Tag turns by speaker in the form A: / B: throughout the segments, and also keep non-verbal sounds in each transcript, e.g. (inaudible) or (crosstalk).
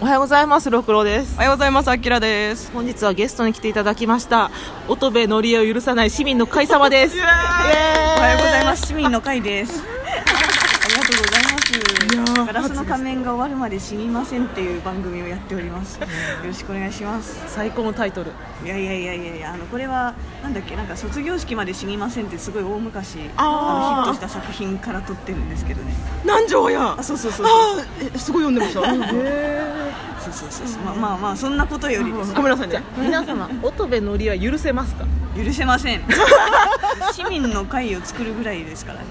A: おはようございます六郎です
B: おはようございますあきらです
A: 本日はゲストに来ていただきました乙部のりえを許さない市民の会様です
B: イエーイ
A: お
C: おはようございます市民の会ですありがとうございます
A: いやー
C: ガラスの仮面が終わるまで死にませんっていう番組をやっておりますよろしくお願いします
A: 最高のタイトル
C: いやいやいやいやいやあのこれはなんだっけなんか卒業式まで死にませんってすごい大昔
A: あー
C: あのヒットした作品から撮ってるんですけどね
A: 南條や
C: あ
A: あ
C: そうそうそうそう
A: あーえすごい読んでました
C: そうそうそうそうまあまあまあそんなことよりです
A: ごめんなさいね皆様乙部のりえは許せますか
C: 許せま (laughs) せん市民の会を作るぐらいですからね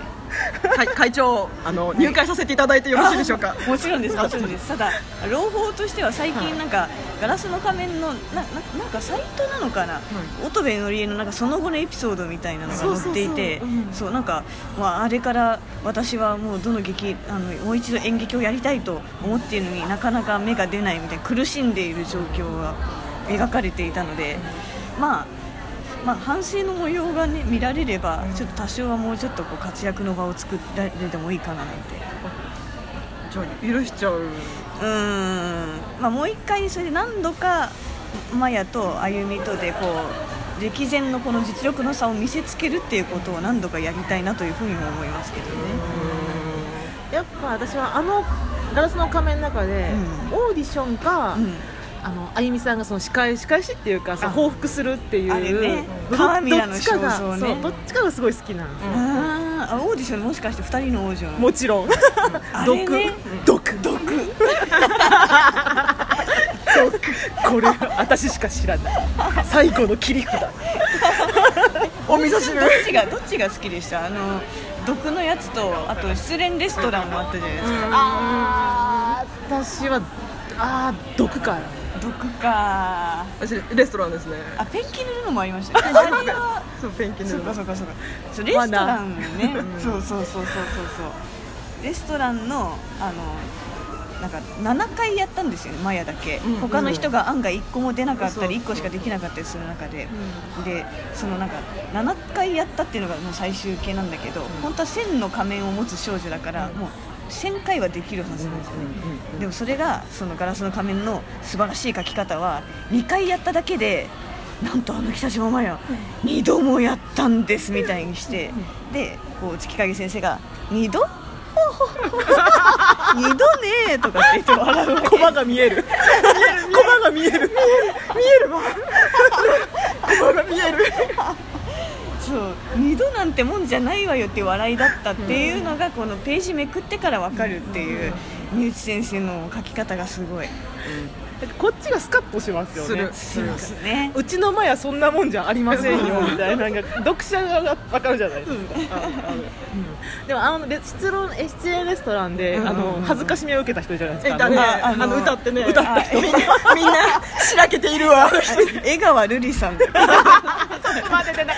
B: 会会長あの入会させていただいてよろしいでしょうか
C: もちろんですもちろんですただ朗報としては最近なんか、ガラスの仮面のなななんかサイトなのかな、乙部のりえのなんかその後のエピソードみたいなのが載っていて
A: そ
C: そ
A: そ
C: うう
A: うそううん
C: なんか、まあ、あれから私はもうどの劇あのもう一度演劇をやりたいと思っているのになかなか芽が出ないみたいな苦しんでいる状況が描かれていたので、まあまあ、反省の模様が、ね、見られればちょっと多少はもうちょっとこう活躍の場を作られてもいいかななんて
B: じゃあ許しちゃう
C: うーん、まあ、もう一回それで何度かマヤと歩みとでこう歴然のこの実力の差を見せつけるっていうことを何度かやりたいなというふうにも思いますけどね
A: やっぱ私はあのガラスの仮面の中で、オーディションか、
C: うん
A: あのあゆみさんがその仕返し仕返しっていうかその報復するっていう
C: あれね
A: ど
C: 川宮
A: ど
C: の
A: っちかが
C: 肖像ね
A: そうどっちかがすごい好きなの、
C: あーあオーディションもしかして2人の王女の
A: もちろん
C: あれ
A: 毒、
C: ね
A: 毒毒毒これは私しか知らない最後の切り札
B: お味噌汁
C: どっちがどっちが好きでしたあの毒のやつとあと失恋レストランもあったじゃないですか、
A: あー私はあー毒か
C: 毒か
B: 私レストランですね
C: あペンキ塗るのもありましたよねあれは
B: そうペンキ
C: そう
B: 塗る
C: かそうかそうかそうレストランね、 (laughs) そうそうそうそうそうそうレストランのあのなんか7回やったんですよねマヤだけ、
B: ん
C: 他の人が案外1個も出なかったり
B: うん
C: 1個しかできなかったりする中で、でそのなんか7回やったっていうのがもう最終形なんだけど、本当は1000の仮面を持つ少女だから、もう1000回はできるはずなんですよね、でもそれがそのガラスの仮面の素晴らしい描き方は2回やっただけでなんとあの北島麻也2度もやったんですみたいにしてでこう月影先生が「2度 (laughs) 二度ね」とかって言って笑うわけ
A: 駒が見える駒が見える見える見える (laughs) わ駒が見える
C: そう2度なんてもんじゃないわよって笑いだったっていうのがこのページめくってから分かるっていう三内先生の書き方がすごい
A: こっちがスカッとしますよ
B: す
A: ね
B: る
C: しますね
A: うちの前はそんなもんじゃありません
B: (laughs)
A: よみたいななんか読者側が分かるじゃないですか、ああのうんでもあのレ失恋失恋レストランで、あの恥ずかしめを受けた人いるじゃないで
B: え
A: すか
B: だね
A: あの
B: あ
C: あの
B: の歌ってね
C: 歌った
B: みんなみんなしらけているわ
C: 江川瑠璃さん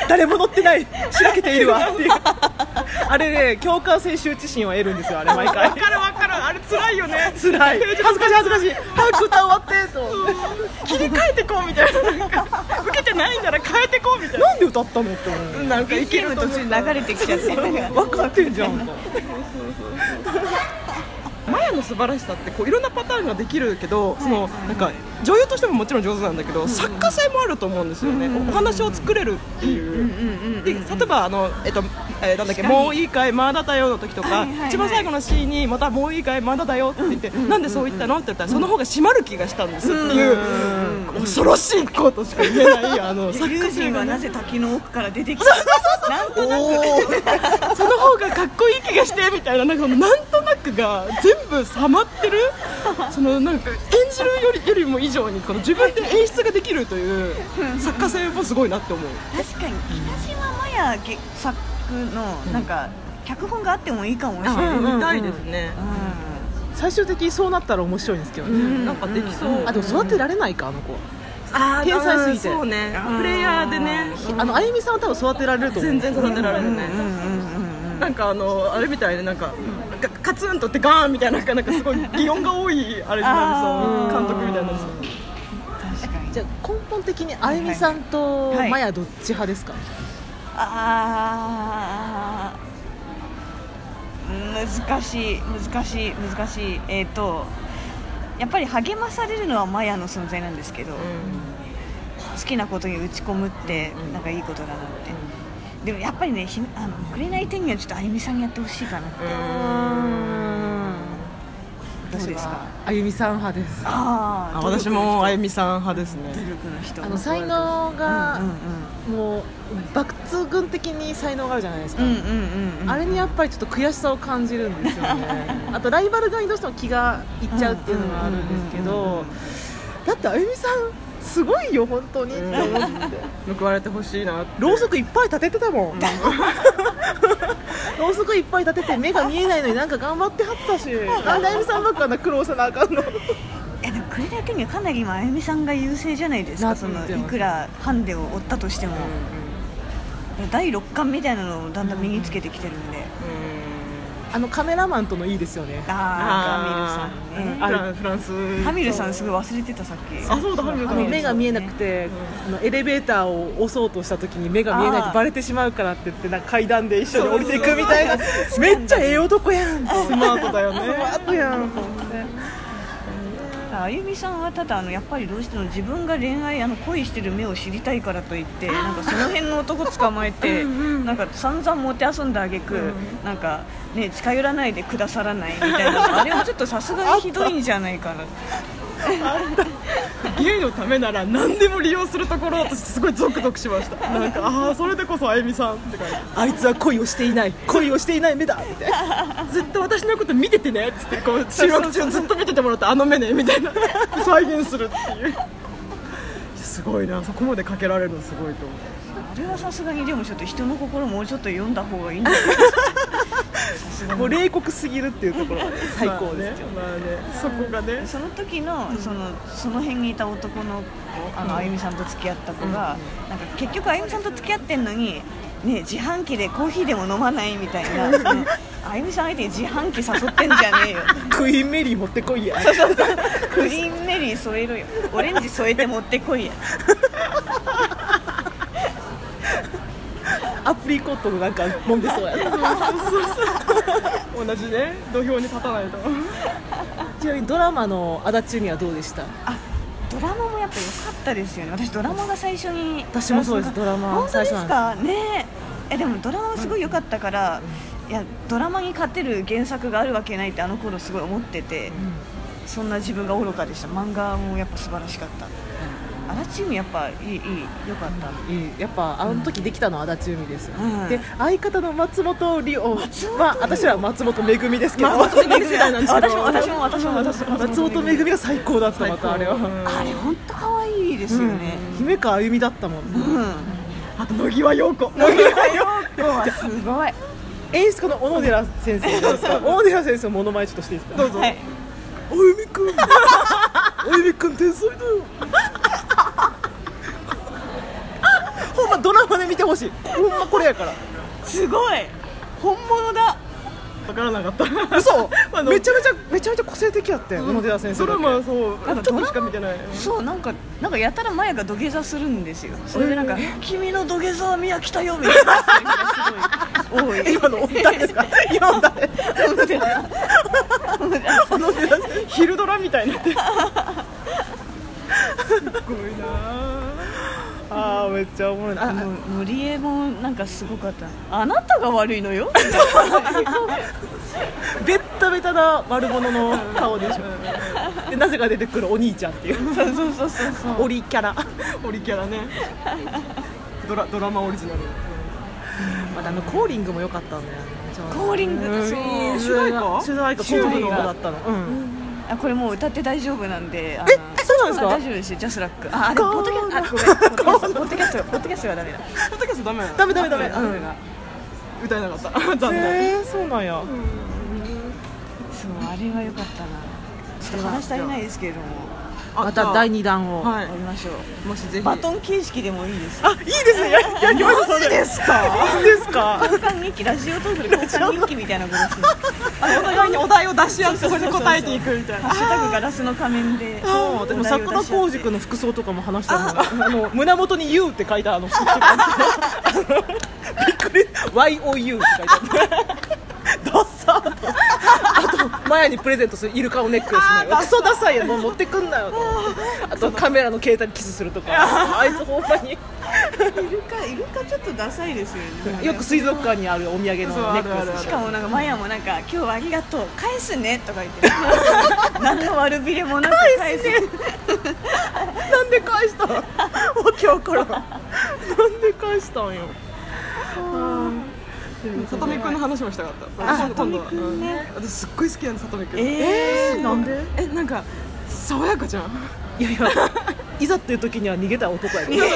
A: 誰も乗ってないしらけているわっていうあれね共感性羞恥心を得るんですよあれ毎回
B: 分かる分かるあれ辛いよね
A: 辛い恥ずかしい恥ずかしい早く歌終わってと思って
B: 切り替えてこうみたいななんか受けてないんなら変えてこうみたい
A: なんで歌ったのって思う
B: ななんかいける
C: BGM
B: と
C: 途
B: 思う
C: 中に流れてきちゃ
B: (laughs)
C: ってなんか
A: 分かってんじゃんと
B: マヤの素晴らしさってこういろんなパターンができるけど、そのなんか女優としてももちろん上手なんだけど、作家性もあると思うんですよね、お話を作れるっていう,、で例えばあの、えっとえーなんだっけ「もういいかいまだだよ」の時とか、
C: はいはいはい
B: 一番最後のシーンに「またもういいかいまだだよ」って言って、なんでそう言ったの?」って言ったらその方が締まる気がしたんですっていう、恐ろしいことしか言えないあ (laughs) の作
C: 友
B: 家性
C: 人
B: が、
C: はな
B: ね、
C: ぜ滝の奥から出てきたなんとなく
B: (laughs) その方がかっこいい気がしてみたいななんかなんとなくが全部さまってるそのなんか演じるよりよりも以上にこの自分で演出ができるという作家性もすごいなって思う
C: 確かに北島麻也げ作のなんか脚本があってもいいかもしれない、うん
B: 見たいですね、
A: 最終的にそうなったら面白いんですけどね、
B: なんかできそう、
A: あでも育てられないかあの子は
B: あ
A: 天才すぎて
B: そうねプレイヤーでね
A: あのあゆみさんは多分育てられると思う
B: 全然育てられるね、なんかあのあれみたいでなんかかカツンとってガーンみたいななんかなんかすごい擬音が多いあれになりそう監督みたいになりそう
C: 確かに
A: じゃあ根本的にあゆみさんと
C: はい
A: マヤどっち派ですか、
C: あー難しい難しい難しいえっ、とやっぱり励まされるのはマヤの存在なんですけど、好きなことに打ち込むって
B: うん
C: なんかいいことだなって、でもやっぱりねひあの紅天にはちょっとあゆみさんにやってほしいかなって、どうですか
A: あゆみさん派です
C: あ
B: あ
C: あ
B: 私もあゆみさん派ですね
C: 努力の人
A: あの才能が
C: うん
A: もう抜群的に才能があるじゃないですか、
C: うんうんうんうん
A: あれにやっぱりちょっと悔しさを感じるんですよねあとライバル側にどうしても気がいっちゃうっていうのがあるんですけ
C: うんうんうんうん
A: ど
C: うん
A: だってあゆみさんすごいよ本当にって思って
B: 報われてほしいな
A: ろうそくいっぱい立ててたも (laughs) んろうそくいっぱい立てて目が見えないのになんか頑張ってはったしなんであゆみさんばっかな苦労せなあかんの
C: いやでも紅天にはかなり今あゆみさんが優勢じゃないです
A: なっ
C: か
A: て
C: そ
A: 言っ
C: の
A: て
C: い
A: ます
C: くらハンデを負ったとしても、第六感みたいなのをだんだん身につけてきてるんで、
A: あのカメラマンとのいいですよね
C: ああハミルさんね
B: フランフランス
C: ハミルさんすごい忘れてたさっき
B: あそうだハミル
A: あ
B: さ
A: の
B: ん
A: 目が見えなくて、あのエレベーターを押そうとした時に目が見えないとバレてしまうからって言ってなんか階段で一緒に降りていくみたいなめっちゃええ男やんス
B: (laughs) スマートだよね
A: マートやんと思って
C: あゆみさんはただあのやっぱりどうしても自分が恋愛あの恋してる目を知りたいからといってなんかその辺の男捕まえてなんか散々もて遊んだあげく、なんかね近寄らないでくださらないみたいなあれはちょっとさすがにひどいんじゃないかな
B: 芸のためなら何でも利用するところだとしてすごいゾクゾクしましたなんかああそれでこそあゆみさんって感じ
A: あいつは恋をしていない恋をしていない目だみたいな
B: ずっと私のこと見ててねっつってこう収録中ずっと見ててもらってあの目ねみたいな再現するっていういやすごいなそこまでかけられるのすごいと思う
C: あれはさすがにでもちょっと人の心もうちょっと読んだ方がいいんじゃ (laughs) ない
A: もう冷酷すぎるっていうところが最高ですよ、
B: まあね,、そこがね
C: その時のそのその辺にいた男のあのあゆみさんと付き合った子が、なんか結局あゆみさんと付き合ってんのに、ね、自販機でコーヒーでも飲まないみたいなそのあゆみさん相手に自販機誘ってんじゃねえ (laughs) よ
A: クイーンメリー持ってこいや
C: クリーンメリー添えろよオレンジ添えて持ってこいや
A: アプリコットのなんか揉んでそうやな
B: 同じね土俵に立たないと
A: ちなみにドラマの足立にはどうでした
C: あドラマもやっぱ良かったですよね私ドラマが最初に
A: 私もそうですドラマ
C: 本当です
A: 最初
C: かねええでもドラマはすごい良かったから、いやドラマに勝てる原作があるわけないってあの頃すごい思ってて、そんな自分が愚かでした漫画もやっぱ素晴らしかった、あらチームやっぱいいいい良かった、
A: いいやっぱあの時できたのは足立海ですよ、
C: うん
A: で相方の松本里夫は私らは松本めぐみですけど
B: 松本めぐみ世代なんですけど
C: 私も私も私も私も
A: 松本めぐみが最高だったまたあれは、
C: あれ本当可愛いですよね、
A: 姫川あゆみだったもん、
C: うん
B: あと乃木は陽子
C: 今日はすごい
A: 演出家の小野寺先生
B: (laughs)
A: どうですか小野寺先生のモノマネちょっとしていいですか
B: どうぞ、
C: はい
A: あゆみくん (laughs) あゆみくん天才だよほんまドラマで見てほしいほんまこれやから
C: すごい本物だ
B: 分からなかった
A: 嘘
B: あの
A: めちゃめちゃめちゃめちゃ個性的やってん小野寺先生
B: ド
A: だけ
B: ラマそう
C: なんか
B: ち
C: ド
B: ょ
C: ラマ
B: っとしか見てない
C: そうなんかなんかやたらマヤが土下座するんですよそれでなんか「君の土下座は宮来たよ」みたいなすごい多い
A: 今の誰ですか今の誰
B: あのね昼ドラみたいになってるすごいな
A: ああめっちゃおもろいなあ
C: もう森江もなんかすごかったあなたが悪いのよ
A: ベッタベタな悪者の顔でしょでなぜか出てくるお兄ちゃんっていう
C: そうそうそうそうそう
A: オリキャラ (laughs)
B: オリキャラねドラドラマオリジナル
A: またあのコーリングも良かったんだよね
C: コーリング
A: うん
C: そう
B: 主題歌
A: 主題歌コ
B: 主
A: ー
B: 題歌
A: リングだったのうん
C: あこれもう歌って大丈夫なんであの
A: えそうなんですか
C: 大丈夫ですよジャスラックあでもポッドキャストあごめんポッドキャストポッドキャストポッドキャストはダメだ
B: ポッドキャストダメなの
A: ダメダメダメ
C: ダメだ
B: 歌えなかった
A: うん
B: (laughs) 残念
A: へえそうなんや
C: そうあれは良かったなちょっと話足りないですけれども
A: また第二弾を
B: は
C: やり
B: い
C: ましょ
B: もしぜ
C: う
B: ひ
C: バトン形式でもいい (laughs) です
A: あいいですねややりましたそれですか (laughs) いいですか
C: 交換日記ラジオトークで交換日記みたいなことですね
B: お互いにお題を出し合ってそこに答えていくみたい
C: ハ
B: な
C: ッシュタグガラスの仮面で
A: そうでも桜浩二君の服装とかも話したもんあの胸元に「U」って書いたあの服着てたんですよびっくり「YOU」って書いてあってダッサーとあと前にプレゼントするイルカのネックレス
B: あ
A: ね
B: ー
A: クソダサいやもう持ってくんなよと思ってあとカメラの携帯にキスするとかあいつほんまに
C: イルカイルカちょっとダサいですよね
A: よく水族館にあるお土産のネ
B: そう
A: ッ
B: あ
A: ク
B: るあるある
A: レス
C: しかもなんかマヤもなんか「今日はありがとう返すね」とか言 (laughs) って何の悪びれもなく返す
A: なんで返したんわけわからんなんで返したんよ
B: さとみくんの話もしたかった
C: あさとみくんね
B: うん私すっごい好きなんですさとみくん
C: えー
A: えなんで
B: えなんか爽やかじゃん
A: いやいやいざっていう時には逃げた男やで
B: そ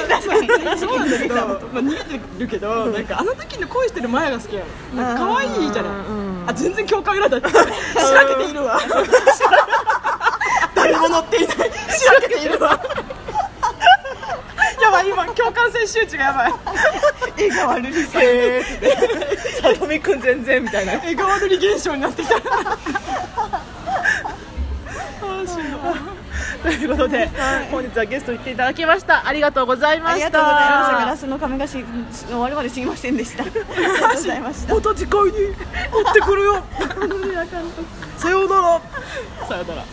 B: うなんだけど、まあ、逃げてるけど、なんかあの時の恋してるマヤが好きやんなんか可愛いじゃない、あ全然共感得られたしらけているわ誰も乗っていないしらけているわ (laughs) やばい今共感性周知がや (laughs) ばい
C: 絵が悪いさ
A: えーってさとみくん全然みたいな
B: 笑顔取り現象になってきたあーしんどい
A: ということで本日はゲストに来ていただきましたありがとうございま
C: あ
A: し
C: り
A: た
C: がとうございましたガラスの亀がし終わるまで知りませんでしたありがとうございました
A: また次回に追ってくるよさようなら
B: さよなら